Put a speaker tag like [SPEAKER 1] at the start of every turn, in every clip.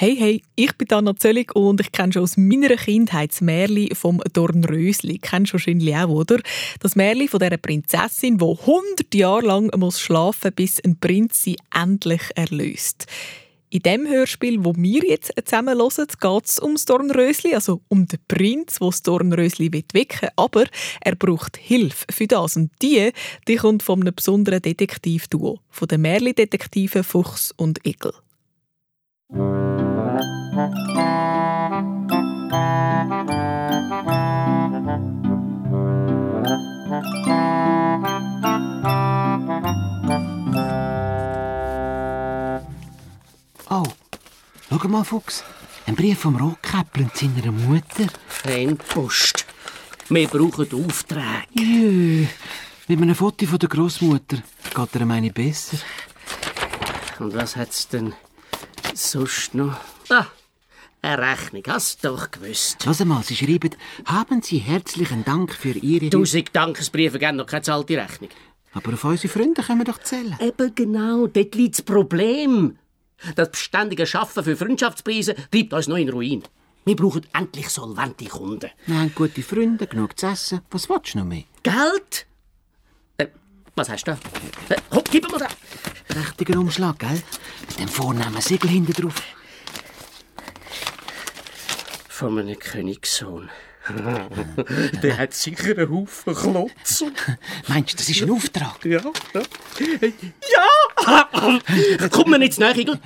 [SPEAKER 1] Hey, hey, ich bin Anna Zöllig und ich kenne schon aus meiner Kindheit das Märchen vom Dornrösli. Kennst du wahrscheinlich auch, oder? Das Märchen von dieser Prinzessin, die 100 Jahre lang muss schlafen bis ein Prinz sie endlich erlöst. In dem Hörspiel, wo wir jetzt zusammen hören, geht es ums Dornrösli, also um den Prinz, der das Dornrösli wecken will. Aber er braucht Hilfe für das. Und die, die kommt von einem besonderen Detektivduo, von den Märli-Detektiven Fuchs und Igel.
[SPEAKER 2] Oh, schau mal, Fuchs. Ein Brief vom Rotkäppel und seiner Mutter.
[SPEAKER 3] Fanpost. Wir brauchen Aufträge.
[SPEAKER 2] Jö. Mit einem Foto von der Großmutter geht er meine besser.
[SPEAKER 3] Und was hat's denn sonst noch? Ah, eine Rechnung. Hast du doch gewusst.
[SPEAKER 2] Lass mal, sie schreiben, haben Sie herzlichen Dank für Ihre...
[SPEAKER 3] Tausend Dankesbriefe geben noch keine zahlte Rechnung.
[SPEAKER 2] Aber auf unsere Freunde können wir doch zählen.
[SPEAKER 3] Eben genau, dort liegt das Problem. Das beständige Schaffen für Freundschaftspreise treibt uns noch in Ruin. Wir brauchen endlich solvente Kunden.
[SPEAKER 2] Wir haben gute Freunde, genug zu essen. Was willst du noch mehr?
[SPEAKER 3] Geld? Äh, was hast du da? Äh, hopp, gib mir das.
[SPEAKER 2] Prächtiger Umschlag, gell? Mit dem vornehmen Siegel hinten drauf.
[SPEAKER 3] Von einem Königssohn. Der hat sicher einen Haufen Klotz.
[SPEAKER 2] Meinst du, das ist ein Auftrag?
[SPEAKER 3] Ja, ja. Ja! Komm mir nicht zu nahe, Igel.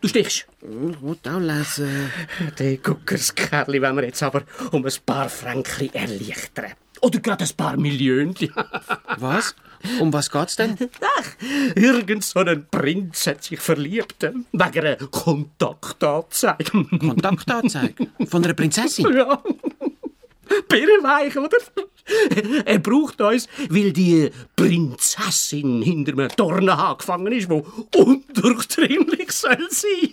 [SPEAKER 3] Du stichst.
[SPEAKER 2] Ich will auch lesen.
[SPEAKER 3] Der Guckerskerli wenn wir jetzt aber um ein paar Franken erleichtern. Oder gerade ein paar Millionen.
[SPEAKER 2] Was? Um was geht's denn?
[SPEAKER 3] Ach, irgend so ein Prinz hat sich verliebt. äh, Wegen einer Kontaktanzeige.
[SPEAKER 2] Kontaktanzeige. Von einer Prinzessin?
[SPEAKER 3] ja. Birrenweich, oder? Er braucht uns, weil die Prinzessin hinter einem Dornenhaar gefangen ist, wo undurchdringlich soll sein.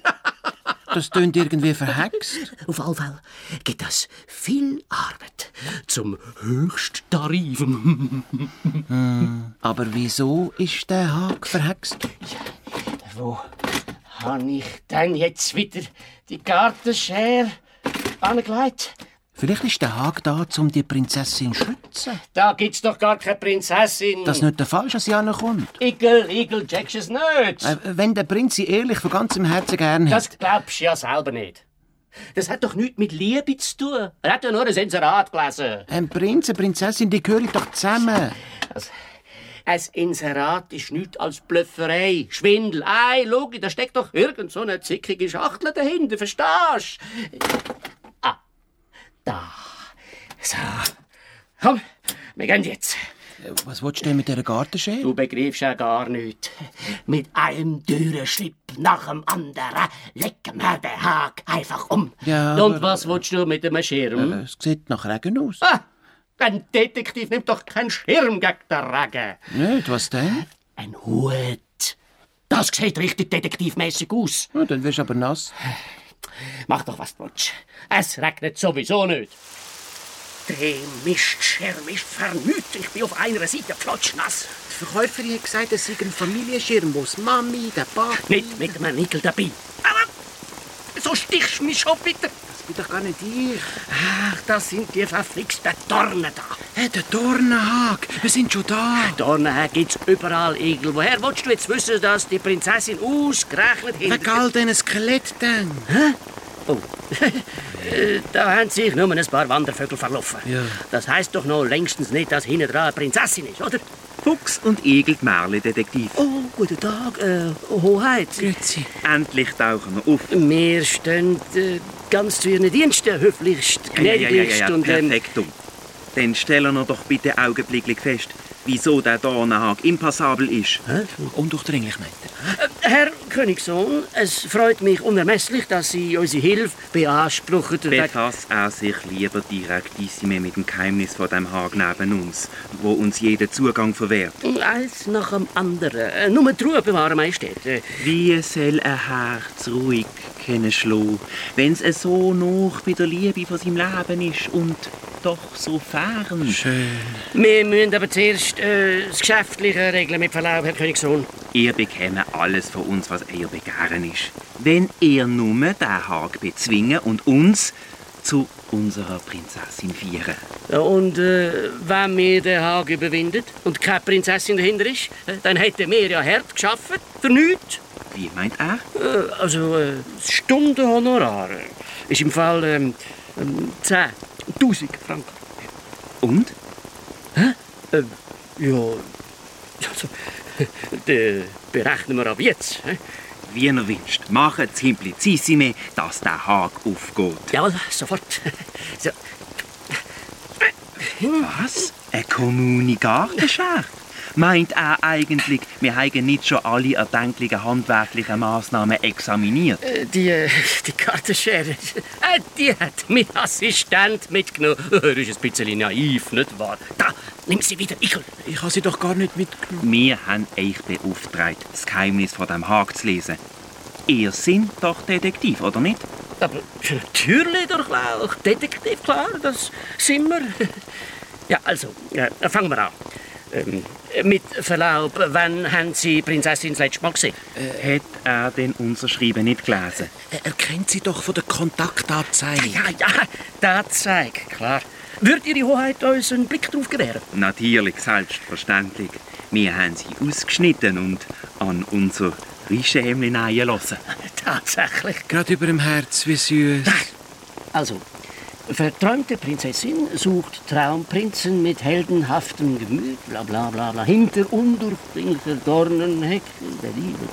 [SPEAKER 2] Das tönt irgendwie verhext.
[SPEAKER 3] Auf alle Fälle gibt das viel Arbeit zum Höchsttarif.
[SPEAKER 2] Aber wieso ist der Haag verhext?
[SPEAKER 3] Wo habe ich denn jetzt wieder die Gartenschere angelegt?
[SPEAKER 2] Vielleicht ist der Haag da, um die Prinzessin zu schützen.
[SPEAKER 3] Da gibt's doch gar keine Prinzessin.
[SPEAKER 2] Das ist nicht der Fall, ist, dass sie ankommt.
[SPEAKER 3] Igel, Igel, checkst du es nicht?
[SPEAKER 2] Äh, wenn der Prinz sie ehrlich von ganzem Herzen gern hat.
[SPEAKER 3] Das glaubst du ja selber nicht. Das hat doch nichts mit Liebe zu tun. Er hat ja nur ein Inserat gelesen.
[SPEAKER 2] Ein Ähm, Prinz, eine Prinzessin, die gehören doch zusammen.
[SPEAKER 3] Also, Ein Inserat ist nichts als Blöfferei, Schwindel. Ei, Logi, da steckt doch irgend so eine zickige Schachtel dahinter, verstehst du? Ah, da. So. Komm, wir gehen jetzt.
[SPEAKER 2] Äh, Was willst du denn mit dieser Gartenschere?
[SPEAKER 3] Du begreifst ja gar nichts. Mit einem Dürrenschritt nach dem anderen lecken wir den Haag einfach um.
[SPEAKER 2] Ja,
[SPEAKER 3] Und
[SPEAKER 2] aber-
[SPEAKER 3] was willst du mit dem Schirm?
[SPEAKER 2] Äh, Es sieht nach Regen aus.
[SPEAKER 3] Ah, ein Detektiv nimmt doch keinen Schirm gegen den Regen.
[SPEAKER 2] Nicht, was denn?
[SPEAKER 3] Ein Hut. Das sieht richtig detektivmäßig aus.
[SPEAKER 2] Ja, dann wirst du aber nass.
[SPEAKER 3] Mach doch was du willst. Es regnet sowieso nicht. Der Mistschirm ist vernüht. Ich bin auf einer Seite flotschnass.
[SPEAKER 2] Die Verkäuferin hat gesagt, es sei ein Familienschirm, wo die Mami, der Papa...
[SPEAKER 3] Nicht mit einem Nickel dabei. Aber so stichst du mich schon wieder.
[SPEAKER 2] Das bin doch gar nicht ich.
[SPEAKER 3] Ach, das sind die verflixten Dornen da.
[SPEAKER 2] Hey, der Dornenhag, wir sind schon da.
[SPEAKER 3] Dornen gibt's überall, Igel. Woher willst du jetzt wissen, dass die Prinzessin ausgerechnet
[SPEAKER 2] Wegen all diesen Skeletten.
[SPEAKER 3] Oh, Äh, da haben sich nur ein paar Wandervögel verlaufen.
[SPEAKER 2] Ja.
[SPEAKER 3] Das heißt doch noch längstens nicht, dass hinten dran eine Prinzessin ist, oder?
[SPEAKER 4] Fuchs und Igel, die Märle-Detektiv.
[SPEAKER 3] Oh, guten Tag, äh, Hoheit.
[SPEAKER 2] Grüezi.
[SPEAKER 4] Endlich tauchen wir auf.
[SPEAKER 3] Wir stehen äh, ganz zu Ihren Diensten, höflichst, gnädigst und... ähm,
[SPEAKER 4] perfektum. Dann stellen wir doch bitte augenblicklich fest, wieso der Dornenhag impassabel ist.
[SPEAKER 2] Undurchdringlich, meint er.
[SPEAKER 3] Herr Königssohn, es freut mich unermesslich, dass Sie unsere Hilfe beanspruchen.
[SPEAKER 4] Befass er sich lieber direktissime mit dem Geheimnis von dem Hag neben uns, wo uns jeden Zugang verwehrt.
[SPEAKER 3] Eins nach dem anderen. Äh, Nur die Ruhe bewahren, Majestät. Äh,
[SPEAKER 4] Wie soll ein Herz ruhig können schlagen, wenn es so noch bei der Liebe von seinem Leben ist und
[SPEAKER 5] doch so fern.
[SPEAKER 3] Wir müssen aber zuerst äh, das Geschäftliche regeln, mit Verlaub, Herr Königssohn.
[SPEAKER 4] Ihr bekäme alles von uns, was ihr begehren ist. Wenn ihr nur den Hag bezwingen und uns zu unserer Prinzessin führen.
[SPEAKER 3] Ja, und äh, wenn wir den Haag überwindet und keine Prinzessin dahinter ist, äh, dann hätten wir ja hart geschafft, für nichts.
[SPEAKER 4] Wie meint er?
[SPEAKER 3] Äh, also, äh, das Stundenhonorar ist im Fall ähm, ähm, 10.000 Franken.
[SPEAKER 4] Und?
[SPEAKER 3] Ähm. Ja, also, den berechnen wir ab jetzt. hä?
[SPEAKER 4] Wie ihr wünscht, macht simplizissime, dass der Hag aufgeht.
[SPEAKER 3] Jawohl, sofort. So,
[SPEAKER 4] Was? Eine Kommunikationsschere? Meint er eigentlich, wir haben nicht schon alle erdenklichen handwerklichen Massnahmen examiniert?
[SPEAKER 3] äh, die, äh, die Kartenschere, äh, die hat mein Assistent mitgenommen. Er ist ein bisschen naiv, nicht wahr? Da, nimm sie wieder, Igel.
[SPEAKER 5] Ich habe sie doch gar nicht mitgenommen.
[SPEAKER 4] Wir haben euch beauftragt, das Geheimnis von dem Hag zu lesen. Ihr seid doch Detektiv, oder nicht?
[SPEAKER 3] Aber natürlich doch auch Detektiv, klar, das sind wir. Ja, also, äh, fangen wir an. Ähm, mit Verlaub, wann haben Sie Prinzessin das letzte Mal gesehen?
[SPEAKER 4] Hat er denn unser Schreiben nicht gelesen?
[SPEAKER 5] Er kennt sie doch von der Kontaktanzeige.
[SPEAKER 3] Ja, ja, das zeigt, klar. Würde Ihre Hoheit uns einen Blick drauf gewähren?
[SPEAKER 4] Natürlich, selbstverständlich. Wir haben sie ausgeschnitten und an unser Rischenhemmli nähen lassen.
[SPEAKER 3] Tatsächlich.
[SPEAKER 5] Gerade über dem Herz, wie süß.
[SPEAKER 3] Also, verträumte Prinzessin sucht Traumprinzen mit heldenhaftem Gemüt, bla bla bla bla, hinter undurchdringlicher Dornenhecke, der Liebe,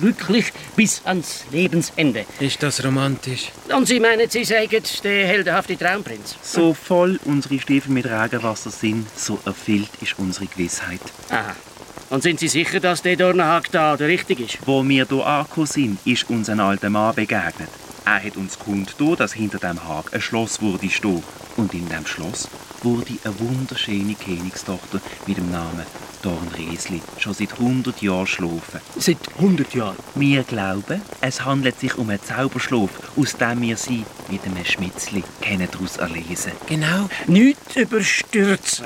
[SPEAKER 3] glücklich bis ans Lebensende.
[SPEAKER 5] Ist das romantisch?
[SPEAKER 3] Und Sie meinen, Sie sagen, der heldenhafte Traumprinz?
[SPEAKER 4] So voll unsere Stiefel mit Regenwasser sind, so erfüllt ist unsere Gewissheit.
[SPEAKER 3] Aha. Und sind Sie sicher, dass der Dornenhag da der richtige ist?
[SPEAKER 4] Wo wir hier angekommen sind, ist uns ein alter Mann begegnet. Er hat uns kundgetan, dass hinter dem Hag ein Schloss wurde stehen. Und in dem Schloss wurde eine wunderschöne Königstochter mit dem Namen Dornresli schon seit 100 Jahren schlafen.
[SPEAKER 3] Seit 100 Jahren.
[SPEAKER 4] Wir glauben, es handelt sich um einen Zauberschlaf, aus dem wir sie mit einem Schmitzli können daraus erlesen
[SPEAKER 5] Genau.
[SPEAKER 3] Nicht überstürzen.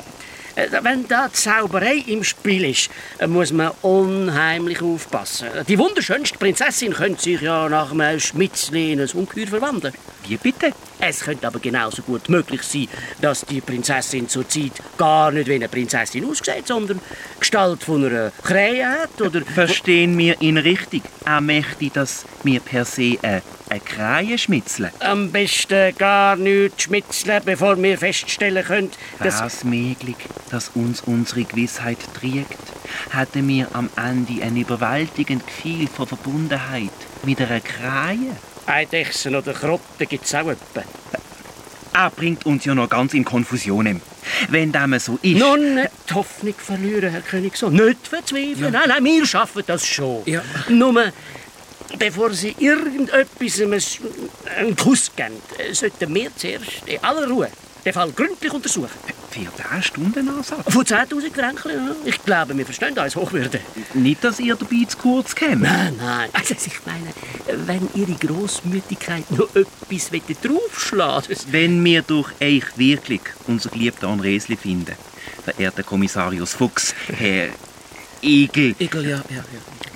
[SPEAKER 3] Äh, Wenn da die Zauberei im Spiel ist, äh, muss man unheimlich aufpassen. Die wunderschönste Prinzessin könnte sich ja nach einem Schmitzli in ein Ungeheuer verwandeln.
[SPEAKER 4] Wie bitte?
[SPEAKER 3] Es könnte aber genauso gut möglich sein, dass die Prinzessin zurzeit gar nicht wie eine Prinzessin aussieht, sondern die Gestalt von einer Krähe hat oder...
[SPEAKER 4] Verstehen wir ihn richtig? Er möchte, dass wir per se äh, eine Krähe schmitzeln.
[SPEAKER 3] Am besten gar nichts schmitzeln, bevor wir feststellen können, dass...
[SPEAKER 4] Wäre es möglich, dass uns unsere Gewissheit trägt? Hätten wir am Ende ein überwältigend Gefühl von Verbundenheit mit einer Krähe?
[SPEAKER 3] Eidechsen oder Krotten gibt es auch etwa.
[SPEAKER 4] Er Ah, bringt uns ja noch ganz in Konfusionen. Wenn dem so ist...
[SPEAKER 3] Nun nicht die Hoffnung verlieren, Herr Königssohn. Nicht verzweifeln. Nein, nein, wir schaffen das schon.
[SPEAKER 5] Ja.
[SPEAKER 3] Nur, bevor Sie irgendetwas ein- einen Kuss geben, äh, sollten wir zuerst in aller Ruhe den Fall gründlich untersuchen.
[SPEAKER 4] Für diesen Stundenansatz?
[SPEAKER 3] Von 10.000 Franken, ja. ich glaube, wir verstehen uns hochwürden.
[SPEAKER 4] Nicht, dass ihr dabei zu kurz käme.
[SPEAKER 3] Nein, nein. Also, ich meine, wenn Ihre Großmütigkeit noch etwas draufschlägt, das
[SPEAKER 4] Wenn wir durch euch wirklich unser geliebter Resli finden, verehrter Kommissarius Fuchs, Herr Igel,
[SPEAKER 5] Igel, ja, ja, ja.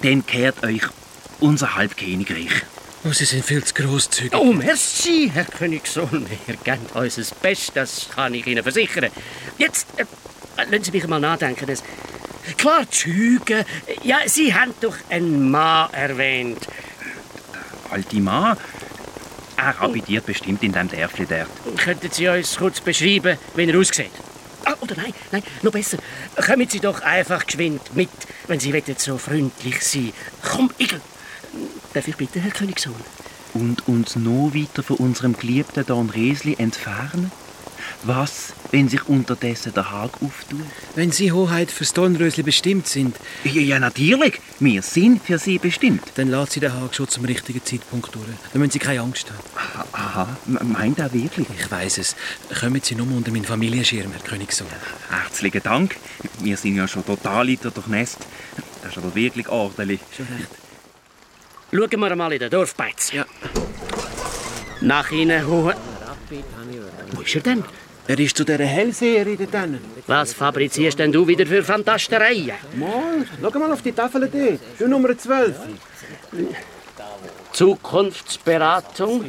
[SPEAKER 4] dann kehrt euch unser Halbkönigreich.
[SPEAKER 5] Oh, sie sind viel zu großzügig.
[SPEAKER 3] Oh, merci, Herr Königssohn. Ihr gebt uns das Beste, das kann ich Ihnen versichern. Jetzt, äh, lassen Sie mich mal nachdenken. Das, klar, die Züge. Ja, Sie haben doch einen Mann erwähnt.
[SPEAKER 4] Alte Mann, er habitiert bestimmt in dem Dörfli dort.
[SPEAKER 3] Könnten Sie uns kurz beschreiben, wie er aussieht? Ah, oder nein, nein, noch besser. Kommen Sie doch einfach geschwind mit, wenn Sie wollen, so freundlich sein. Komm, Igel. Darf ich bitte, Herr Königssohn?
[SPEAKER 4] Und uns noch weiter von unserem geliebten Resli entfernen? Was, wenn sich unterdessen der Hag auftut?
[SPEAKER 5] Wenn Sie Hoheit fürs Dornrösli bestimmt sind,
[SPEAKER 4] Ja, ja, natürlich. Wir sind für sie bestimmt.
[SPEAKER 5] dann lässt Sie den Haag schon zum richtigen Zeitpunkt durch. Dann müssen Sie keine Angst haben.
[SPEAKER 4] Aha, meint er wirklich?
[SPEAKER 5] Ich weiß es. Kommen Sie nur unter meinen Familienschirm, Herr Königssohn.
[SPEAKER 4] Herzlichen Dank. Wir sind ja schon total in der durchnässt. Das ist aber wirklich ordentlich.
[SPEAKER 5] Schon recht.
[SPEAKER 3] Schauen wir mal in den Dorfbeiz.
[SPEAKER 5] Ja.
[SPEAKER 3] Nach Ihnen hoch. Wo ist er denn?
[SPEAKER 5] Er ist zu dieser Hellseherin dort hinten.
[SPEAKER 3] Was fabrizierst denn du wieder für Fantastereien?
[SPEAKER 5] Mal, schau mal auf die Tafel dort. Für Nummer 12.
[SPEAKER 3] Zukunftsberatung,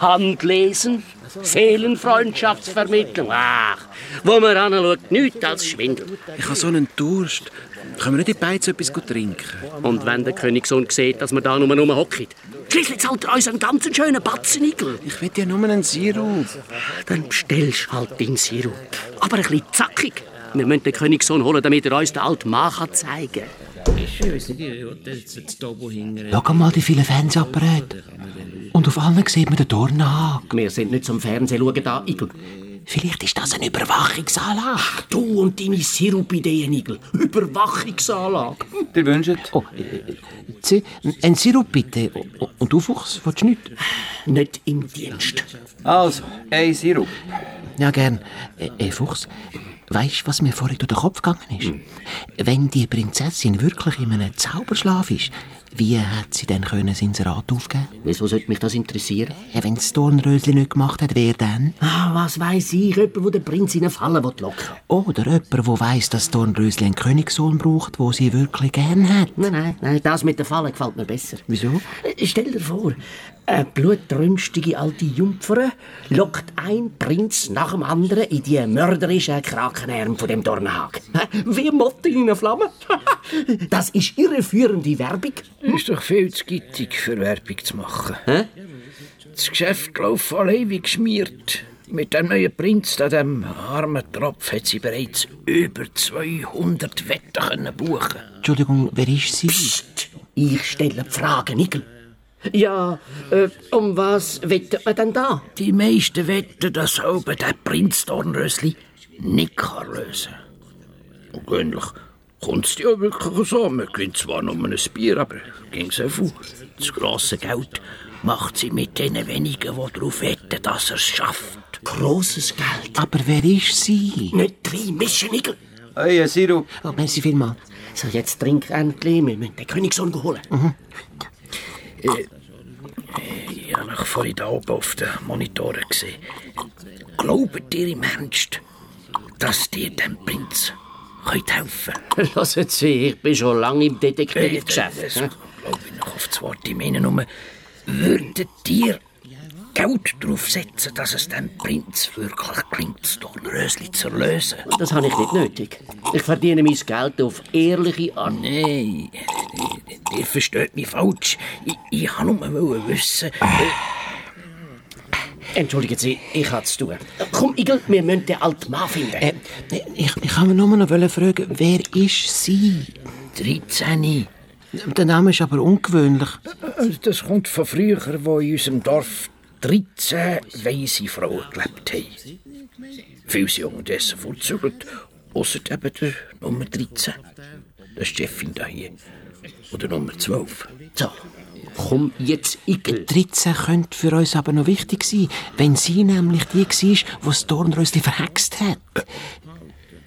[SPEAKER 3] Handlesen, Seelenfreundschaftsvermittlung. Ach, wo man anschaut, nichts als Schwindel.
[SPEAKER 5] Ich habe so einen Durst. Können wir nicht in Beiz etwas gut trinken?
[SPEAKER 3] Und wenn der Königssohn sieht, dass man da nur rumhockt, schliesslich zahlt er uns einen ganz schönen Batzenigel.
[SPEAKER 5] Ich will ja nur einen Sirup.
[SPEAKER 3] Dann bestellst halt den Sirup. Aber ein bisschen zackig. Wir müssen den Königssohn holen, damit er uns den alten Mann kann zeigen
[SPEAKER 2] Schau mal die vielen Fansapparate. Und auf allen sieht man den Dornenhaag.
[SPEAKER 3] kann. Wir sind nicht zum Fernsehen schauen, da, Igel.
[SPEAKER 2] Vielleicht ist das eine Überwachungsanlage.
[SPEAKER 3] Du und deine Sirup-Ideen, Igel. Überwachungsanlage.
[SPEAKER 6] Ihr wünscht?
[SPEAKER 2] Oh, äh, ein Sirup bitte. Und Aufwuchs? Willst du nicht?
[SPEAKER 3] Nicht im Dienst.
[SPEAKER 6] Also, ein Sirup.
[SPEAKER 2] Ja, gern. Äh, äh, Fuchs, weißt du, was mir vorhin durch den Kopf gegangen ist? Wenn die Prinzessin wirklich in einem Zauberschlaf ist, wie hat sie denn können das Inserat aufgeben
[SPEAKER 3] Wieso sollte mich das interessieren?
[SPEAKER 2] Ja, wenn das Dornrösli nicht gemacht hat, wer dann?
[SPEAKER 3] Ah, was weiß ich, jemand, der den Prinz in eine Falle locken will.
[SPEAKER 2] Oder jemand, der weiss, dass das Dornrösli einen Königssohn braucht, wo sie wirklich gern hat.
[SPEAKER 3] Nein, nein, nein, das mit der Falle gefällt mir besser.
[SPEAKER 2] Wieso?
[SPEAKER 3] Äh, Stell dir vor, eine blutrünstige alte Jumpfer lockt ein Prinz nach dem anderen in die mörderischen Krakenärm von dem Dornhag. Hä? Wie Motte in einer Flamme. Das ist irreführende Werbung.
[SPEAKER 7] Ist doch viel zu gittig, für Werbung zu machen. Das Geschäft läuft allein wie geschmiert. Mit dem neuen Prinz, an dem armen Tropf, hat sie bereits über 200 Wetten können buchen
[SPEAKER 2] Entschuldigung, wer ist sie?
[SPEAKER 3] Psst, ich stelle die Frage, Nickel. Ja, äh, um was wettet man denn da?
[SPEAKER 7] Die meisten wetten, dass oben der Prinz Dornrösli nicht kann lösen kann. Gewöhnlich kommt es ja wirklich so. Man gewinnt zwar nur ein Bier, aber ging so viel. Das grosse Geld macht sie mit den wenigen, die darauf wetten, dass er es schafft.
[SPEAKER 3] Grosses Geld.
[SPEAKER 2] Aber wer ist sie?
[SPEAKER 3] Nicht drei mischen, Nickel.
[SPEAKER 6] Euer Sirup.
[SPEAKER 2] Oh, merci vielmals.
[SPEAKER 3] So, jetzt trink endlich. Wir müssen den Königssohn holen.
[SPEAKER 7] Ich habe mich vorhin da oben auf den Monitoren gesehen. Glaubt ihr im Ernst, dass ihr dem Prinz könnt helfen könnt?
[SPEAKER 3] Lassen Sie, ich bin schon lange im
[SPEAKER 7] Das
[SPEAKER 3] Detektivgeschäft.
[SPEAKER 7] glaube ich noch auf das Wort. Ich meine nur, würdet ihr Geld darauf setzen, dass es dem Prinz wirklich gelingt, das Dornrösli zu lösen?
[SPEAKER 3] Das habe ich nicht nötig. Ich verdiene mein Geld auf ehrliche Art.
[SPEAKER 7] Nein, ihr versteht mich falsch. Ich, ich wollte nur wissen...
[SPEAKER 3] Entschuldigen Sie, ich habe zu tun. Komm, Igel, wir müssen den alten Mann finden.
[SPEAKER 2] Äh, ich, ich kann mir nur noch fragen, wer ist sie?
[SPEAKER 7] 13.
[SPEAKER 2] Der Name ist aber ungewöhnlich.
[SPEAKER 7] Also Das kommt von früher, wo in unserem Dorf 13 weise Frauen gelebt haben. Viele sind unterdessen vorgezogen, ausser eben der Nummer 13. Das ist die Chefin da hier. Oder Nummer 12.
[SPEAKER 3] So, komm jetzt, Igel.
[SPEAKER 2] 13 könnte für uns aber noch wichtig sein, wenn sie nämlich die war, die das Dornrösli verhext hat.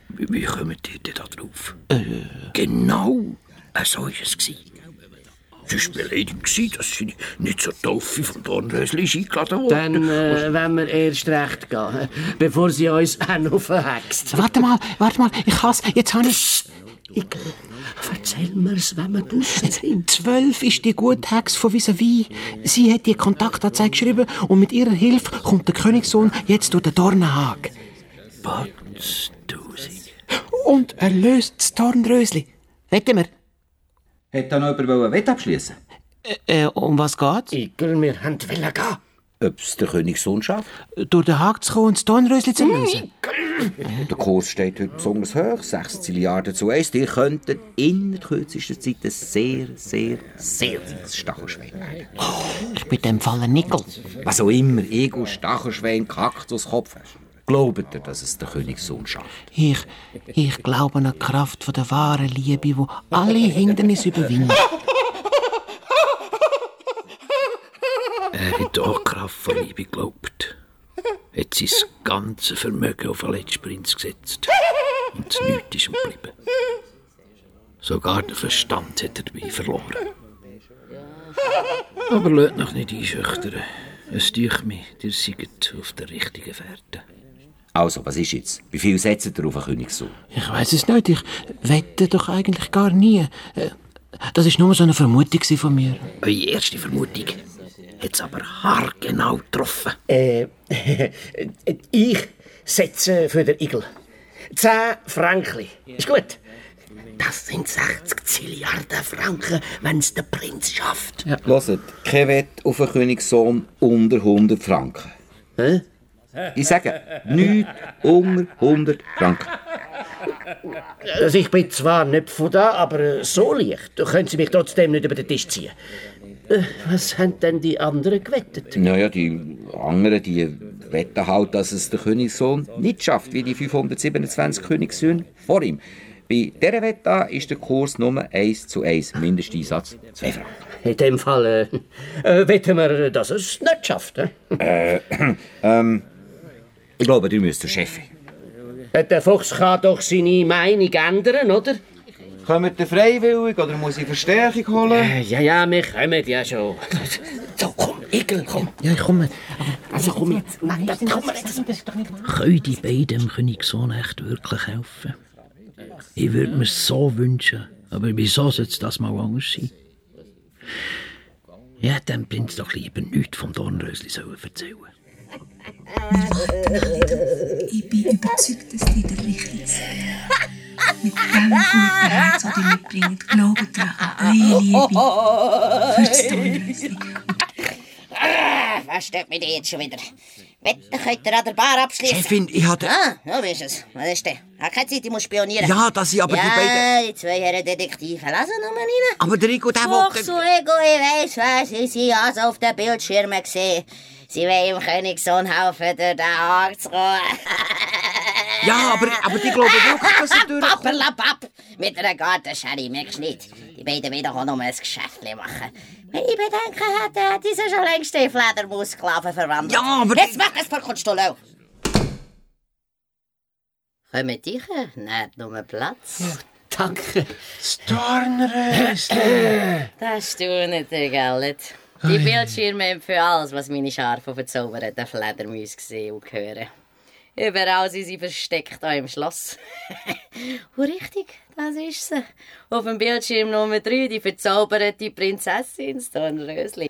[SPEAKER 7] Wie wie kommt ihr denn da drauf?
[SPEAKER 2] Äh.
[SPEAKER 7] Genau so war es. gewesen. Es war beleidigt, gewesen, dass sie nicht zur Taufe von Dornrösli ist eingeladen wurde.
[SPEAKER 3] Dann äh, wenn wir erst recht gehen, bevor sie uns auch noch verhext.
[SPEAKER 2] Warte mal, warte mal, ich has, jetzt habe ich...
[SPEAKER 3] Igel, erzähl mir's, wenn wir draußen sind.
[SPEAKER 2] 12 ist die gute Hex von vis-à-vis. Sie hat die Kontaktanzeige geschrieben und mit ihrer Hilfe kommt der Königssohn jetzt durch den Dornenhag.
[SPEAKER 7] Batztausend.
[SPEAKER 2] Und er löst das Dornrösli. Wetten wir?
[SPEAKER 6] Hätte da noch jemand wollen Wett abschließen
[SPEAKER 2] Äh, um was geht's?
[SPEAKER 3] Igel, wir haben wollen gehen.
[SPEAKER 6] Ob es der Königssohn schafft?
[SPEAKER 2] Durch den Hag zu kommen und das Dornrösli zu lösen?
[SPEAKER 6] Der Kurs steht heute besonders hoch, 6 Milliarden zu 1. Die könnten in der kürzesten Zeit ein sehr, sehr, sehr dickes Stachelschwein werden.
[SPEAKER 2] Ich bin in dem Fall ein Nickel.
[SPEAKER 6] Was auch immer, Ego, Stachelschwein, Kaktuskopf. Glaubt ihr, dass es der Königssohn schafft?
[SPEAKER 2] Ich, ich glaube an die Kraft von der wahren Liebe, die alle Hindernisse überwindet.
[SPEAKER 7] Er hat auch Kraft von Liebe geglaubt. Hat sein ganzes Vermögen auf den letzten Prinz gesetzt. Und nichts ist ihm geblieben. Sogar den Verstand hat er dabei verloren. Aber lasst euch nicht einschüchtern. Es deucht mich, ihr seid auf der richtigen Fährte.
[SPEAKER 6] Also, was ist jetzt? Wie viel setzen ihr auf einen Königssohn?
[SPEAKER 2] Ich weiß es nicht. Ich wette doch eigentlich gar nie. Äh, Das ist nur so eine Vermutung gewesen von mir.
[SPEAKER 8] Eure erste Vermutung hat es aber haargenau getroffen.
[SPEAKER 3] Äh, ich setze für den Igel. 10 Franken. Ist gut.
[SPEAKER 8] Das sind 60 Zilliarden Franken, wenn es der Prinz schafft.
[SPEAKER 6] Hört, kein Wett auf einen Königssohn unter 100 Franken.
[SPEAKER 3] Hä?
[SPEAKER 6] Ich sage, nichts unter 100 Franken.
[SPEAKER 3] Also ich bin zwar nicht von da, aber äh, so leicht können Sie mich trotzdem nicht über den Tisch ziehen. Äh, Was haben denn die anderen gewettet?
[SPEAKER 6] Naja, die anderen, die wetten halt, dass es der Königssohn nicht schafft, wie die 527 Königssöhne vor ihm. Bei dieser Wette ist der Kurs nur 1 zu 1, Mindesteinsatz 2 Franken.
[SPEAKER 3] In dem Fall äh, äh, wetten wir, dass er es nicht schafft. hä?
[SPEAKER 6] Ich glaube, du müsst der Chef sein.
[SPEAKER 3] Äh, Der Fuchs kann doch seine Meinung ändern, oder?
[SPEAKER 6] Kommt der freiwillig oder muss ich Verstärkung holen?
[SPEAKER 3] Äh, Ja, ja, wir kommen ja schon. So, komm, Igel, komm.
[SPEAKER 2] Ja, ich komme.
[SPEAKER 3] Also komm jetzt. Nein, das komm jetzt.
[SPEAKER 7] Können die beiden dem Königssohn echt wirklich helfen? Ich würde mir so wünschen, aber wieso sollte es das mal anders sein? Ja, dem Prinz doch lieber nichts vom Dornrösli sollen erzählen.
[SPEAKER 9] Ich bin überzeugt, dass die der richtige sind. Mit dem guten Herz, das ihr mitbringt, glaubt ihr an eure Liebe. Fürs Dornröschen.
[SPEAKER 10] Was stört mich denn jetzt schon wieder? Wetten könnt ihr an der Bar abschließen.
[SPEAKER 2] Chefin, ich hatte.
[SPEAKER 10] Ah, so ist es. Was ist denn? Ich habe keine Zeit, ich muss spionieren.
[SPEAKER 2] Ja, dass ich aber
[SPEAKER 10] ja,
[SPEAKER 2] die beiden.
[SPEAKER 10] die zwei Herren Detektive. Lass ihn nochmal rein.
[SPEAKER 2] Aber der Rico, der
[SPEAKER 10] Ach
[SPEAKER 2] wollte.
[SPEAKER 10] so, Ego, ich weiss was. Ich sie also auf den Bildschirmen gesehen. Sie wollen dem Königssohn helfen, durch den Haag zu kommen.
[SPEAKER 2] Ja, aber, aber die glauben wirklich, dass er durch.
[SPEAKER 10] Papperlapapp! Mit einer Gartenschere, merkst du nicht? Die beiden wollen doch auch nur ein Geschäft machen. Wenn ich Bedenken hätte, hätte ich sie schon längst in Fledermaus-Sklaven verwandelt.
[SPEAKER 2] Ja, aber-
[SPEAKER 10] Jetzt mach das vor Kunststuhl Kommen dich, nehmt nur Platz.
[SPEAKER 3] Danke.
[SPEAKER 10] Das staunet ihr, gell? Die Bildschirme haben für alles, was meine scharfen, verzauberten Fledermäuse gesehen und hören. Überall sind sie versteckt, auch im Schloss. und richtig, das ist sie. Auf dem Bildschirm Nummer 3, die verzauberte Prinzessin Dornrösli.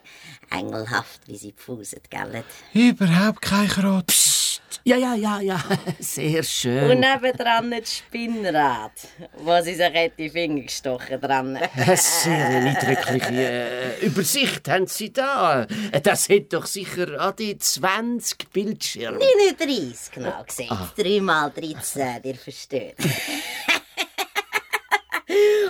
[SPEAKER 10] Engelhaft, wie sie pfuset, gell?
[SPEAKER 4] Überhaupt kein Kraut.
[SPEAKER 8] Ja, ja, ja, ja. Sehr schön.
[SPEAKER 10] Und nebendran das Spinnrad, wo sie sich hat die Finger gestochen dran.
[SPEAKER 3] Eine Äh, sehr eindrückliche äh, Übersicht haben Sie da. Das hat doch sicher an die 20 Bildschirme.
[SPEAKER 10] Deine 30, genau gesagt. 3 mal 13, ihr versteht.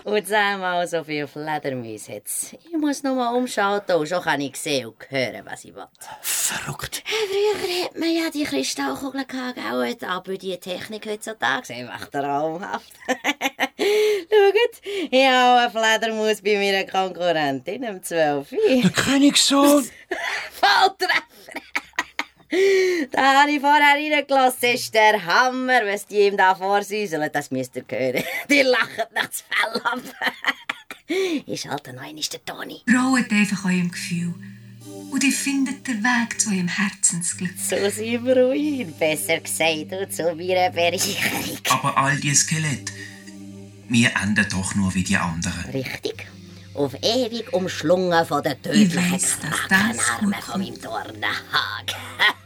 [SPEAKER 10] und zehnmal so viel Fledermäuse hat's. Ich muss noch mal umschalten und schon kann ich sehen und hören, was ich will.
[SPEAKER 8] Verrückt.
[SPEAKER 10] Früher hat man ja die Kristallkugeln gehabt, gell? aber die Technik heutzutage ist einfach traumhaft. Schaut, ich habe eine Fledermaus bei meiner Konkurrentin im 12.
[SPEAKER 4] Der Königssohn.
[SPEAKER 10] Volltreffer! da habe ich vorher reingelassen. Das ist der Hammer, was die ihm da vorsäuseln. Das müsst ihr hören. Die lachen nach das Fell ab. ist halt noch einmal der Toni.
[SPEAKER 9] Traut einfach eurem Gefühl. Und ihr findet den Weg zu eurem Herzensglück.
[SPEAKER 10] So sind wir ruhig. Besser gesagt, du zu meiner Bereicherung.
[SPEAKER 4] Aber all die Skelette. Wir enden doch nur wie die anderen.
[SPEAKER 10] Richtig. Auf ewig umschlungen von der
[SPEAKER 9] Ich
[SPEAKER 10] tödlichen
[SPEAKER 9] weiss, dass das
[SPEAKER 10] Knarme
[SPEAKER 9] gut
[SPEAKER 10] von
[SPEAKER 9] kommt.
[SPEAKER 10] meinem Dornenhag.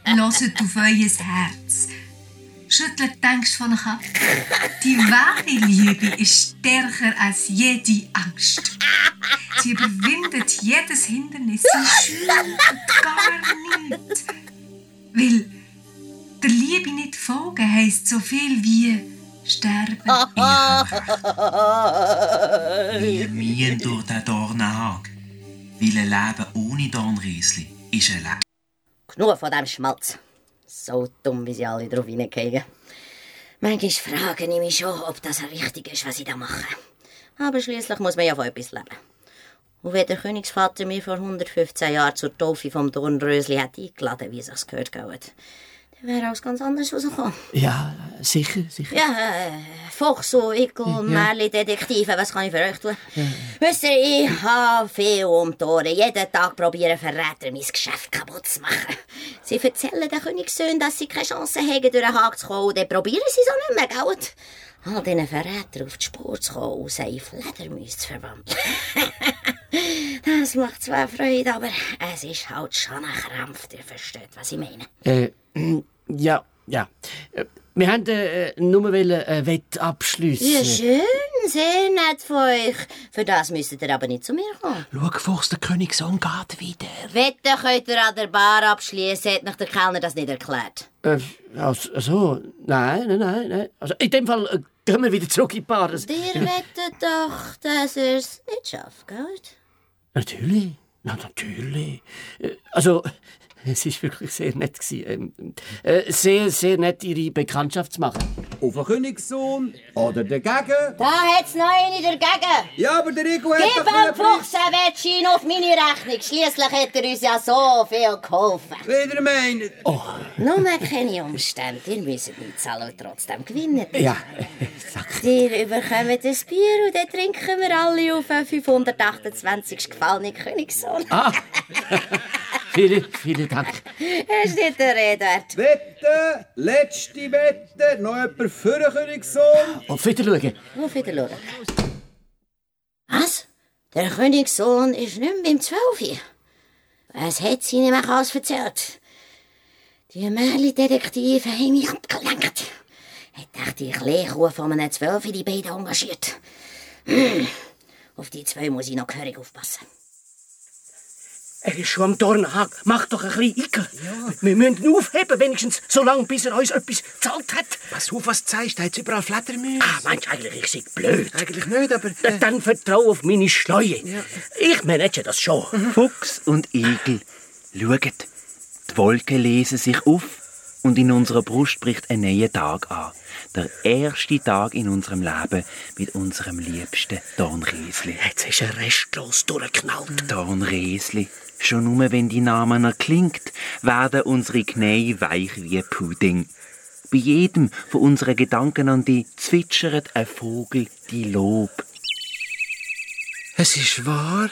[SPEAKER 9] Hört auf euer Herz. Schüttelt die Angst von euch ab. Die wahre Liebe ist stärker als jede Angst. Sie überwindet jedes Hindernis. Sie schüttelt gar nichts. Weil der Liebe nicht folgen heisst so viel wie sterben.
[SPEAKER 4] Wir müssen durch den Dornenhag. Weil ein Leben ohne Dornriesli ist ein Leben.
[SPEAKER 10] Genug von dem Schmalz. So dumm, wie sie alle drauf hineingehen. Manchmal frage ich mich schon, ob das richtig ist, was ich da mache. Aber schließlich muss man ja von etwas leben. Und wenn der Königsvater mir vor 115 Jahren zur Taufe vom Dornrösli hätte eingeladen, wie es sich gehört, gehabt, dann wäre alles ganz anders rausgekommen.
[SPEAKER 8] Ja, sicher, sicher.
[SPEAKER 10] Ja, äh, Fuchs und Ickel, Merli, Detektive, eh, was kann ich für euch tun? Wisst ihr, oh, ich habe viel um die Ohren. Jeden Tag probieren Verräter mein Geschäft kaputt zu machen. Sie erzählen den Königssöhnen, dass sie keine Chance haben, durch den Haag zu kommen. Und Dann probieren sie es auch nicht mehr, gell? All diesen Verrätern auf die Spur zu kommen und sie in Fledermäuse zu verwandeln. das macht zwar Freude, aber es ist halt schon ein Krampf. Ihr versteht, was ich meine.
[SPEAKER 3] Äh, ja, ja. Äh, Wir haben äh, nur wollen, äh, Wett abschliessen.
[SPEAKER 10] Ja, schön, sehr nett von euch. Für das müsstet ihr aber nicht zu mir kommen.
[SPEAKER 2] Schau, Fuchs, der Königssohn geht wieder.
[SPEAKER 10] Wetten könnt ihr an der Bar abschließen, hat euch der Kellner das nicht erklärt.
[SPEAKER 3] Äh, also, also, nein, nein, nein, nein. Also, in dem Fall äh, gehen wir wieder zurück in die Bar. Das-
[SPEAKER 10] Ihr wettet doch, dass ihr es nicht schafft, gell?
[SPEAKER 3] Natürlich, na natürlich. Äh, Also, es ist wirklich sehr nett gewesen. Ähm, äh, Sehr, sehr nett, Ihre Bekanntschaft zu machen.
[SPEAKER 6] Auf den Königssohn oder dagegen?
[SPEAKER 10] Da hat's noch eine dagegen.
[SPEAKER 6] Ja, aber der Rico hat
[SPEAKER 10] Gib
[SPEAKER 6] doch einen
[SPEAKER 10] dem Fuchs einen Wettschein auf meine Rechnung. Schließlich hat er uns ja so viel geholfen.
[SPEAKER 6] Wieder meinen.
[SPEAKER 10] Oh. Nur keine Umstände. Ihr müsst nicht zahlen und trotzdem gewinnen.
[SPEAKER 3] Ja,
[SPEAKER 10] Ihr überkommt ein Bier und dann trinken wir alle auf den 528. gefallenen Königssohn.
[SPEAKER 3] Ah, vielen, vielen Dank.
[SPEAKER 10] Das ist nicht der Rede wert.
[SPEAKER 6] Wette, letzte Wette, noch jemand für den Königssohn.
[SPEAKER 3] Auf Wiedersehen.
[SPEAKER 10] Auf Wiedersehen. Was? Der Königssohn ist nicht mehr im Zwölfi. Was hat sie ihm alles erzählt? Die Märli-Detektive haben mich abgelenkt. Hat dachte, ich Lehkuh von einem Zwölfi die beiden engagiert. Hm. Auf die zwei muss ich noch gehörig aufpassen.
[SPEAKER 3] Er ist schon am Dornhag. Mach doch ein bisschen Icke. Wir müssen ihn aufheben, wenigstens, solange bis er uns etwas gezahlt hat. Pass auf, was du zeigst. Da hat überall Fledermäuse. Ah, meinst du eigentlich, ich sei blöd? Eigentlich nicht, aber... äh, Dann vertraue auf meine Schleue. Ich manage das schon.
[SPEAKER 4] Fuchs und Igel, schaut, die Wolken lesen sich auf und in unserer Brust bricht ein neuer Tag an. Der erste Tag in unserem Leben mit unserem liebsten Dornriesli.
[SPEAKER 3] Jetzt ist er restlos durchgeknallt.
[SPEAKER 4] Dornriesli. Schon nur wenn die Namen erklingt, werden unsere Knie weich wie Pudding. Bei jedem von unseren Gedanken an die zwitschert ein Vogel die Lob.
[SPEAKER 3] Es ist wahr.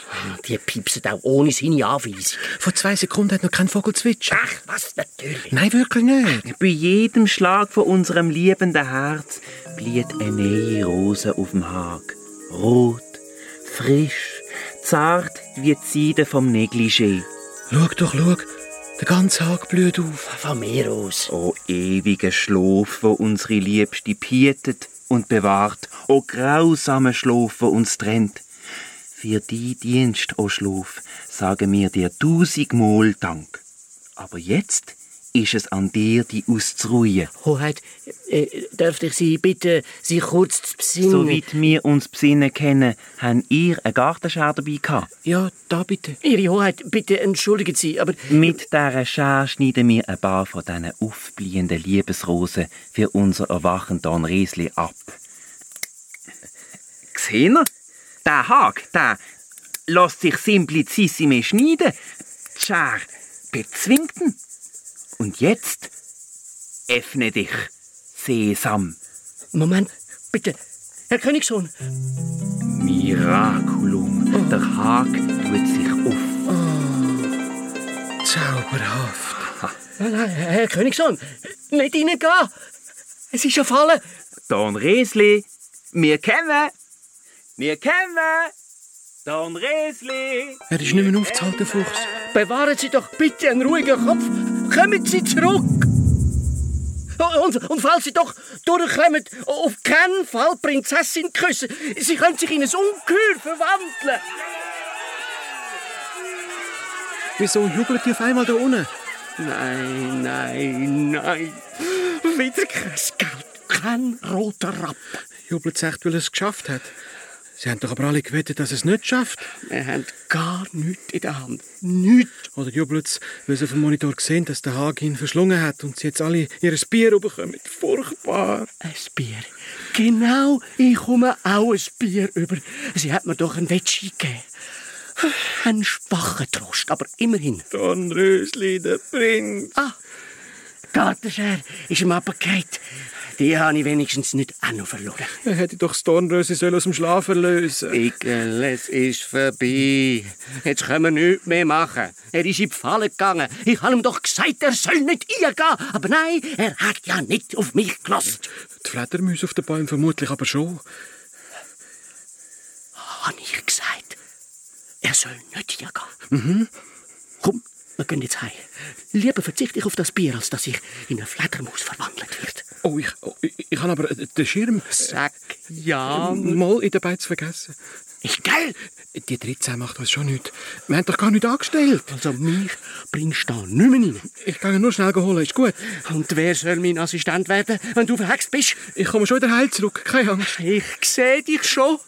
[SPEAKER 3] Die piepsen auch ohne seine Anweisung.
[SPEAKER 2] Vor zwei Sekunden hat noch kein Vogel zwitschert.
[SPEAKER 3] Ach, was? Natürlich.
[SPEAKER 2] Nein, wirklich nicht.
[SPEAKER 4] Bei jedem Schlag von unserem liebenden Herz blüht eine neue Rose auf dem Hag. Rot, frisch, zart wie die Seide vom Negligé.
[SPEAKER 2] Schau doch, schau. Der ganze Hag blüht auf.
[SPEAKER 3] Von mir aus.
[SPEAKER 4] O ewiger Schlaf, wo unsere Liebste pietet und bewahrt, o grausamer Schlaf, wo uns trennt. Für die Dienst, o Schlaf, sagen wir dir tausendmal Dank. Aber jetzt ist es an dir, die auszuruhen.
[SPEAKER 3] Hoheit, äh, dürfte ich Sie bitten, Sie kurz zu besinnen?
[SPEAKER 4] Soweit wir uns besinnen kennen, haben ihr eine Gartenschere dabei gehabt.
[SPEAKER 3] Ja, da bitte. Ihre Hoheit, bitte entschuldigen Sie, aber...
[SPEAKER 4] Mit dieser Schere schneiden wir ein paar von diesen aufblühenden Liebesrosen für unser erwachen Dornriesli ab. Seht ihr? Der Haag, der lässt sich simplizissime schneiden. Die Schere bezwingt ihn. Und jetzt öffne dich, Sesam.
[SPEAKER 3] Moment, bitte. Herr Königssohn.
[SPEAKER 4] Miraculum. Der Haag tut sich auf.
[SPEAKER 3] Zauberhaft. Nein, nein, Herr Königssohn, nicht reingehen. Es ist ein Falle.
[SPEAKER 4] Dornriesli, wir kommen! Wir kommen! Dornriesli!
[SPEAKER 2] Er ist nicht mehr aufzuhalten, Fuchs.
[SPEAKER 3] Bewahren Sie doch bitte einen ruhigen Kopf. Kommen Sie zurück. Und, und falls Sie doch durchkommen, auf keinen Fall Prinzessin küssen. Sie können sich in ein Ungeheuer verwandeln.
[SPEAKER 2] Wieso jubelt ihr auf einmal da unten?
[SPEAKER 3] Nein, nein, nein. Wieder kein Geld, kein roter Rapp.
[SPEAKER 2] Jubelt es echt, weil er es geschafft hat. Sie haben doch aber alle gewettet, dass er es nicht schafft.
[SPEAKER 3] Wir haben gar nichts in der Hand.
[SPEAKER 2] Nichts. Oder jubelt es, weil sie auf dem Monitor sehen, dass der Haag ihn verschlungen hat und sie jetzt alle ihr Bier bekommen. Furchtbar.
[SPEAKER 3] Ein Bier. Genau, ich komme auch ein Bier über. Sie hat mir doch ein Wettschi gegeben. Ein schwacher Trost, aber immerhin.
[SPEAKER 2] Don Rösli, der Prinz.
[SPEAKER 3] Ah, Gartenschere ist ihm abgekehrt. Die habe ich wenigstens nicht auch noch verloren.
[SPEAKER 11] Er hätte doch das Dornröschen sollen aus dem Schlaf erlösen
[SPEAKER 3] Igel, es ist vorbei. Jetzt können wir nichts mehr machen. Er ist in die Falle gegangen. Ich habe ihm doch gesagt, er soll nicht eingehen. Aber nein, er hat ja nicht auf mich gelassen.
[SPEAKER 11] Die Fledermäuse auf den Bäumen vermutlich aber schon.
[SPEAKER 3] Habe ich gesagt, er soll nicht eingehen.
[SPEAKER 11] Mhm.
[SPEAKER 3] Komm, wir gehen jetzt heim. Lieber verzichte ich auf das Bier, als dass ich in eine Fledermaus verwandelt werde.
[SPEAKER 11] Oh, ich, oh, ich, ich habe aber äh, den Schirm.
[SPEAKER 3] Sag ja.
[SPEAKER 11] Mal in den Beiz vergessen.
[SPEAKER 3] Ist geil!
[SPEAKER 11] Die 13 macht uns schon nichts. Wir haben doch gar nichts angestellt.
[SPEAKER 3] Also mich bringst du da nicht mehr rein.
[SPEAKER 11] Ich kann ihn nur schnell holen, ist gut.
[SPEAKER 3] Und wer soll mein Assistent werden, wenn du verhext bist?
[SPEAKER 11] Ich komme schon wieder heil zurück, keine Angst.
[SPEAKER 3] Ich sehe dich schon.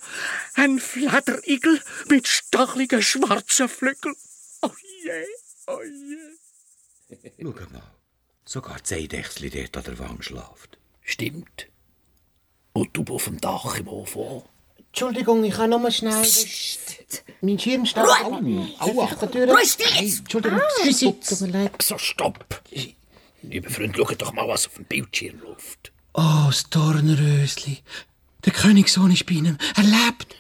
[SPEAKER 3] Ein Flederigel mit stacheligen schwarzen Flügeln. Oh je, oh je.
[SPEAKER 7] Schau mal, sogar die Seidechsli dort an der Wand schläft.
[SPEAKER 12] Stimmt. Und du auf dem Dach im Hof auch.
[SPEAKER 13] Entschuldigung, ich kann noch mal schnell. Mein Schirm steht.
[SPEAKER 12] Ruhe!
[SPEAKER 13] Aua! Darf ich da durch?
[SPEAKER 12] Ruhe, still jetzt!
[SPEAKER 13] Hey, Entschuldigung,
[SPEAKER 12] Ah.
[SPEAKER 13] excuse, tut mir leid.
[SPEAKER 12] So, stopp! Lieber Freund, schau doch mal, was auf dem Bildschirm läuft.
[SPEAKER 2] Oh, das Dornrösli. Der Königssohn ist bei ihm. Er lebt.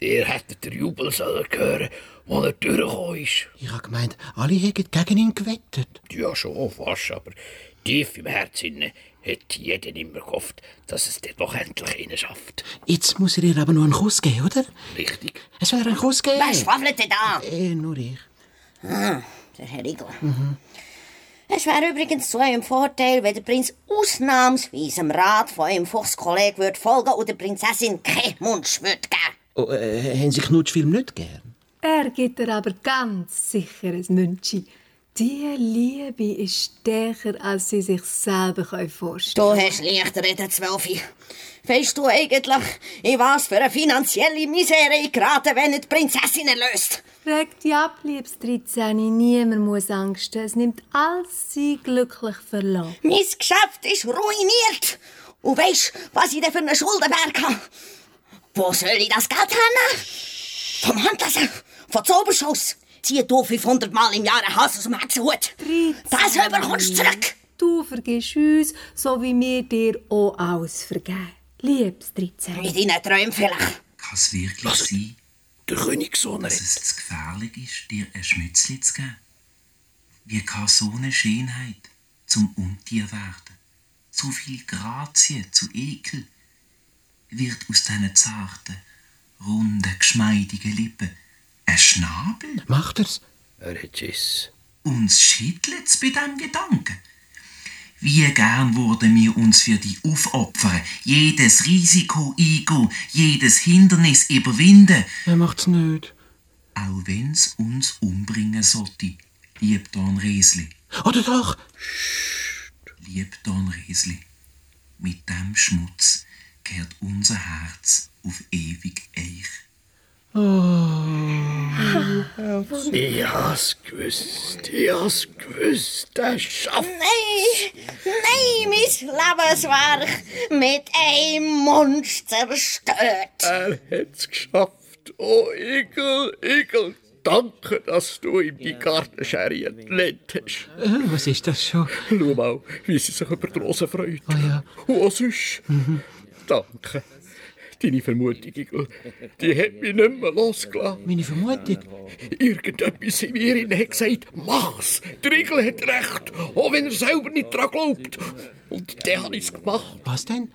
[SPEAKER 12] Der hätte den Jubel sollen hören, wo er durchgekommen ist.
[SPEAKER 2] Ich habe gemeint, alle hätten gegen ihn gewettet.
[SPEAKER 12] Ja, schon fast, aber tief im Herzen hat jeder immer gehofft, dass es dort noch endlich einen schafft.
[SPEAKER 2] Jetzt muss er ihr aber noch einen Kuss geben, oder?
[SPEAKER 12] Richtig.
[SPEAKER 2] Es soll ihr einen Kuss geben.
[SPEAKER 10] Wer schwafelt denn da?
[SPEAKER 2] Äh, nur ich.
[SPEAKER 10] Ah, der Herr Igel.
[SPEAKER 2] Mhm.
[SPEAKER 10] Es wäre übrigens zu eurem Vorteil, wenn der Prinz ausnahmsweise dem Rat von eurem Fuchskollegen würde folgen und der Prinzessin keinen Mundsch würde geben.
[SPEAKER 14] Oh, äh, haben Sie Knutschfilm nicht gern?
[SPEAKER 9] Er gibt dir aber ganz sicher ein Münchi. Die Liebe ist stärker, als sie sich selber können vorstellen
[SPEAKER 10] Du hast leicht reden, Zwölfi. Weißt du eigentlich, in was für eine finanzielle Misere ich gerate, wenn ich die Prinzessin erlöst?
[SPEAKER 9] Reg dich ab, liebes 13. Niemand muss Angst haben. Es nimmt alles sie glücklich verloren.
[SPEAKER 10] Mein Geschäft ist ruiniert. Und weißt was ich denn für einen Schuldenberg habe? Wo soll ich das Geld hernehmen? Vom Handlassen, vom Zauberschuss. Zieh du 500 Mal im Jahr einen Hals aus dem Hexenhut. Das überkommst du zurück.
[SPEAKER 9] Du vergisst uns, so wie wir dir auch alles vergeben. Liebes 13.
[SPEAKER 10] In deinen Träumen vielleicht.
[SPEAKER 4] Kann es wirklich sein,
[SPEAKER 12] der Königssohn
[SPEAKER 4] dass es zu gefährlich ist, dir ein Schmützli zu geben? Wie kann so eine Schönheit zum Untier werden? So viel Grazie zu Ekel wird aus diesen zarten, runden, geschmeidigen Lippen ein Schnabel?
[SPEAKER 2] Macht er's?
[SPEAKER 12] Er hat es.
[SPEAKER 4] Uns schüttelt's bei dem Gedanken. Wie gern würden wir uns für die aufopfern, jedes Risiko eingehen, jedes Hindernis überwinden.
[SPEAKER 2] Er macht's nicht.
[SPEAKER 4] Auch wenn's uns umbringen sollte, lieb Don Riesli.
[SPEAKER 2] Oder doch?
[SPEAKER 4] Lieb Don Riesli, mit dem Schmutz kehrt unser Herz auf ewig Eich.
[SPEAKER 2] Oh.
[SPEAKER 12] Ich has gewusst, ich has gewusst, er schafft.
[SPEAKER 10] Nein, nein, mein Lebenswerk mit einem Mund zerstört.
[SPEAKER 12] Er hat's geschafft. Oh, Igel, Igel, danke, dass du ihm die Gartenschere entlehnt hast.
[SPEAKER 2] Äh, was ist das schon?
[SPEAKER 12] Schau mal, wie sie sich über die Rosen freut.
[SPEAKER 2] Oh ja.
[SPEAKER 12] Und was ist?
[SPEAKER 2] Mhm.
[SPEAKER 12] Danke. Deine Vermutung, Igel, die hat mich nicht mehr losgelassen.
[SPEAKER 2] Meine Vermutung?
[SPEAKER 12] Irgendetwas in mir innen hat gesagt, mach's. Der Igel hat recht, auch wenn er selber nicht daran glaubt. Und der hat es gemacht.
[SPEAKER 2] Was denn?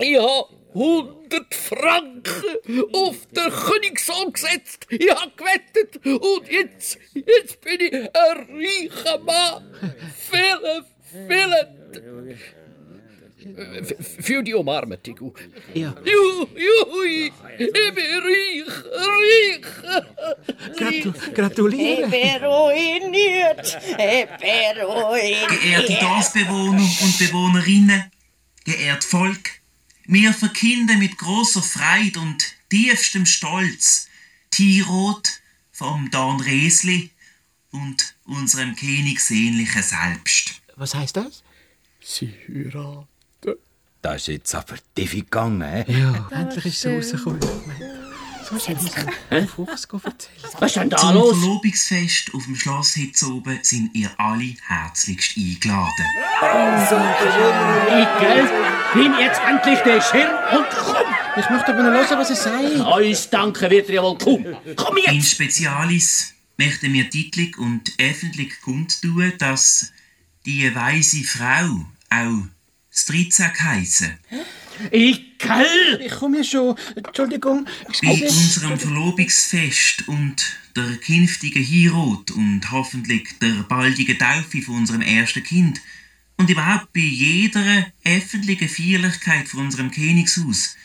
[SPEAKER 12] Ich habe 100 Franken auf den Königssohn gesetzt. Ich habe gewettet und jetzt, jetzt bin ich ein reicher Mann. Vielen, vielen. F- f- Für die Umarmung, Tigu.
[SPEAKER 2] Ja.
[SPEAKER 12] Juhu, juhu, ich bin reich, reich.
[SPEAKER 2] Gratuliere.
[SPEAKER 10] Ich bin ruiniert. Ich bin
[SPEAKER 4] Geehrte
[SPEAKER 10] ruiniert.
[SPEAKER 4] Dorfbewohner und Bewohnerinnen, geehrt Volk, wir verkünden mit großer Freude und tiefstem Stolz Tirot vom Dornresli und unserem königsähnlichen Selbst.
[SPEAKER 2] Was heißt das?
[SPEAKER 12] Sie heiraten.
[SPEAKER 7] Das ist jetzt aber tief gegangen, hä?
[SPEAKER 2] Ja, endlich ist es rausgekommen.
[SPEAKER 15] Was
[SPEAKER 7] Hä? Fuchs erzählen.
[SPEAKER 4] Zum los? Verlobungsfest auf dem Schloss Hitzoben sind ihr alle herzlichst eingeladen.
[SPEAKER 16] Ich, gell? Nimm jetzt endlich den Schirm und komm!
[SPEAKER 7] Ich möchte aber noch hören, was er sagt.
[SPEAKER 4] Uns danken wird ja wohl kaum.
[SPEAKER 16] Komm
[SPEAKER 4] In Spezialis möchten wir deutlich und öffentlich kundtun, dass die weise Frau auch Stritzak heissen.
[SPEAKER 7] Ich kann! Ich komme ja schon. Entschuldigung.
[SPEAKER 4] Bei unserem Verlobungsfest und der künftigen Heirat und hoffentlich der baldigen Taufe von unserem ersten Kind und überhaupt bei jeder öffentlichen Feierlichkeit von unserem Königshaus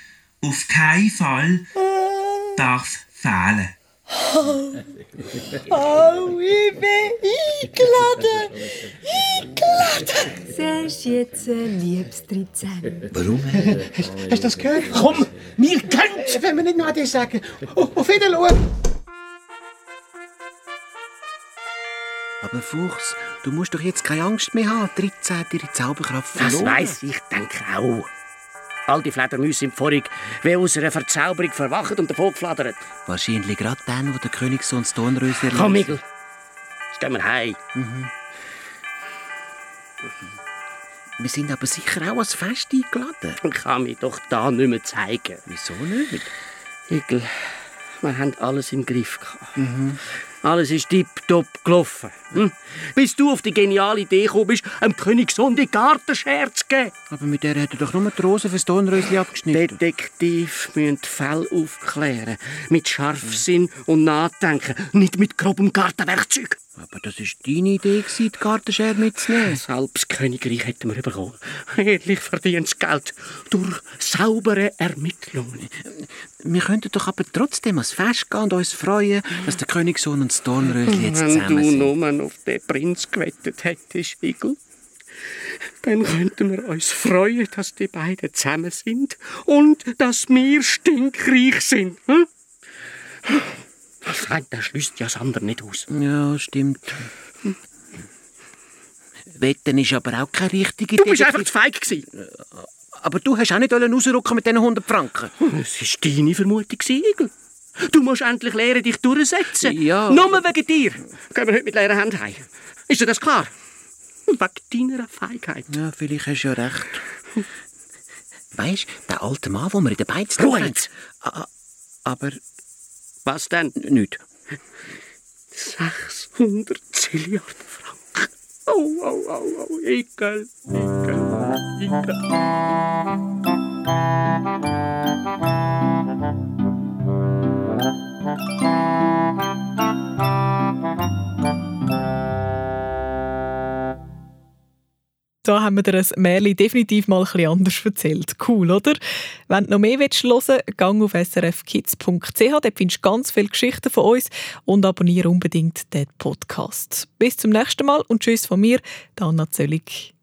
[SPEAKER 4] auf keinen Fall darf fehlen.
[SPEAKER 9] Oh, oh, ich bin eingeladen! Eingeladen!
[SPEAKER 17] Siehst jetzt, äh, liebes 13.
[SPEAKER 18] Warum?
[SPEAKER 7] Hast du das gehört? Komm, wir können Wenn wir nicht noch an dich sagen. Oh, auf Wiedersehen.
[SPEAKER 2] Aber Fuchs, du musst doch jetzt keine Angst mehr haben. 13 hat ihre Zauberkraft
[SPEAKER 3] Das
[SPEAKER 2] verloren.
[SPEAKER 3] weiss ich, denke auch. All die Fledermäuse sind vorig, wie aus einer Verzauberung verwacht und davon geflattert.
[SPEAKER 2] Wahrscheinlich gerade dann, wo der Königssohn das Dornröschen erlebt.
[SPEAKER 3] Komm, Miguel. Jetzt gehen wir heim.
[SPEAKER 2] Wir sind aber sicher auch ans Fest eingeladen.
[SPEAKER 3] Ich kann mich doch da nicht mehr zeigen. Wieso nicht? Miguel, wir haben alles im Griff gehabt. Alles ist tipptopp gelaufen. Hm? Bis du auf die geniale Idee gekommen bist, einem Königssohn die Gartenschere zu geben.
[SPEAKER 2] Aber mit der hat er doch nur die Rose fürs Dornröschen abgeschnitten.
[SPEAKER 3] Detektiv müssen die Fälle aufklären. Mit Scharfsinn und Nachdenken, nicht mit grobem Gartenwerkzeug.
[SPEAKER 2] Aber das war deine Idee, die Gartenschere mitzunehmen.
[SPEAKER 3] Das halbes Königreich hätten wir bekommen. Ehrlich verdientes Geld. Durch saubere Ermittlungen.
[SPEAKER 2] Wir könnten doch aber trotzdem ans Fest gehen und uns freuen, dass der Königssohn und das Dornröschen jetzt
[SPEAKER 3] Wenn
[SPEAKER 2] zusammen
[SPEAKER 3] du
[SPEAKER 2] sind.
[SPEAKER 3] nur auf den Prinz gewettet hättest, Igel, dann könnten wir uns freuen, dass die beiden zusammen sind und dass wir stinkreich sind. Hm? Das eine schließt ja das andere nicht aus.
[SPEAKER 2] Ja, stimmt. Wetten ist aber auch keine richtige
[SPEAKER 3] Du bist einfach zu feig gewesen.
[SPEAKER 2] Aber du hast auch nicht wollen rausrücken mit diesen 100 Franken.
[SPEAKER 3] Es war deine Vermutung, Igel. Du musst endlich lernen, dich durchsetzen.
[SPEAKER 2] Ja.
[SPEAKER 3] Nur wegen dir. Gehen wir heute mit leeren Händen heim. Ist dir das klar? Wegen deiner Feigheit.
[SPEAKER 2] Ja, vielleicht hast du ja recht. Weißt du, der alte Mann, den wir in der Beiz
[SPEAKER 3] Ruhe
[SPEAKER 2] haben-
[SPEAKER 3] jetzt.
[SPEAKER 2] A- a- Aber
[SPEAKER 3] Was denn?
[SPEAKER 2] Nicht.
[SPEAKER 3] 600 Zilliarden Franken. Oh, oh, oh, oh, Ekel, Ekel,
[SPEAKER 1] Da haben wir dir ein Märchen definitiv mal ein bisschen anders erzählt. Cool, oder? Wenn du noch mehr willst hören willst, gang auf srfkids.ch. Dort findest du ganz viele Geschichten von uns und abonniere unbedingt den Podcast. Bis zum nächsten Mal und tschüss von mir, Anna Zöllig.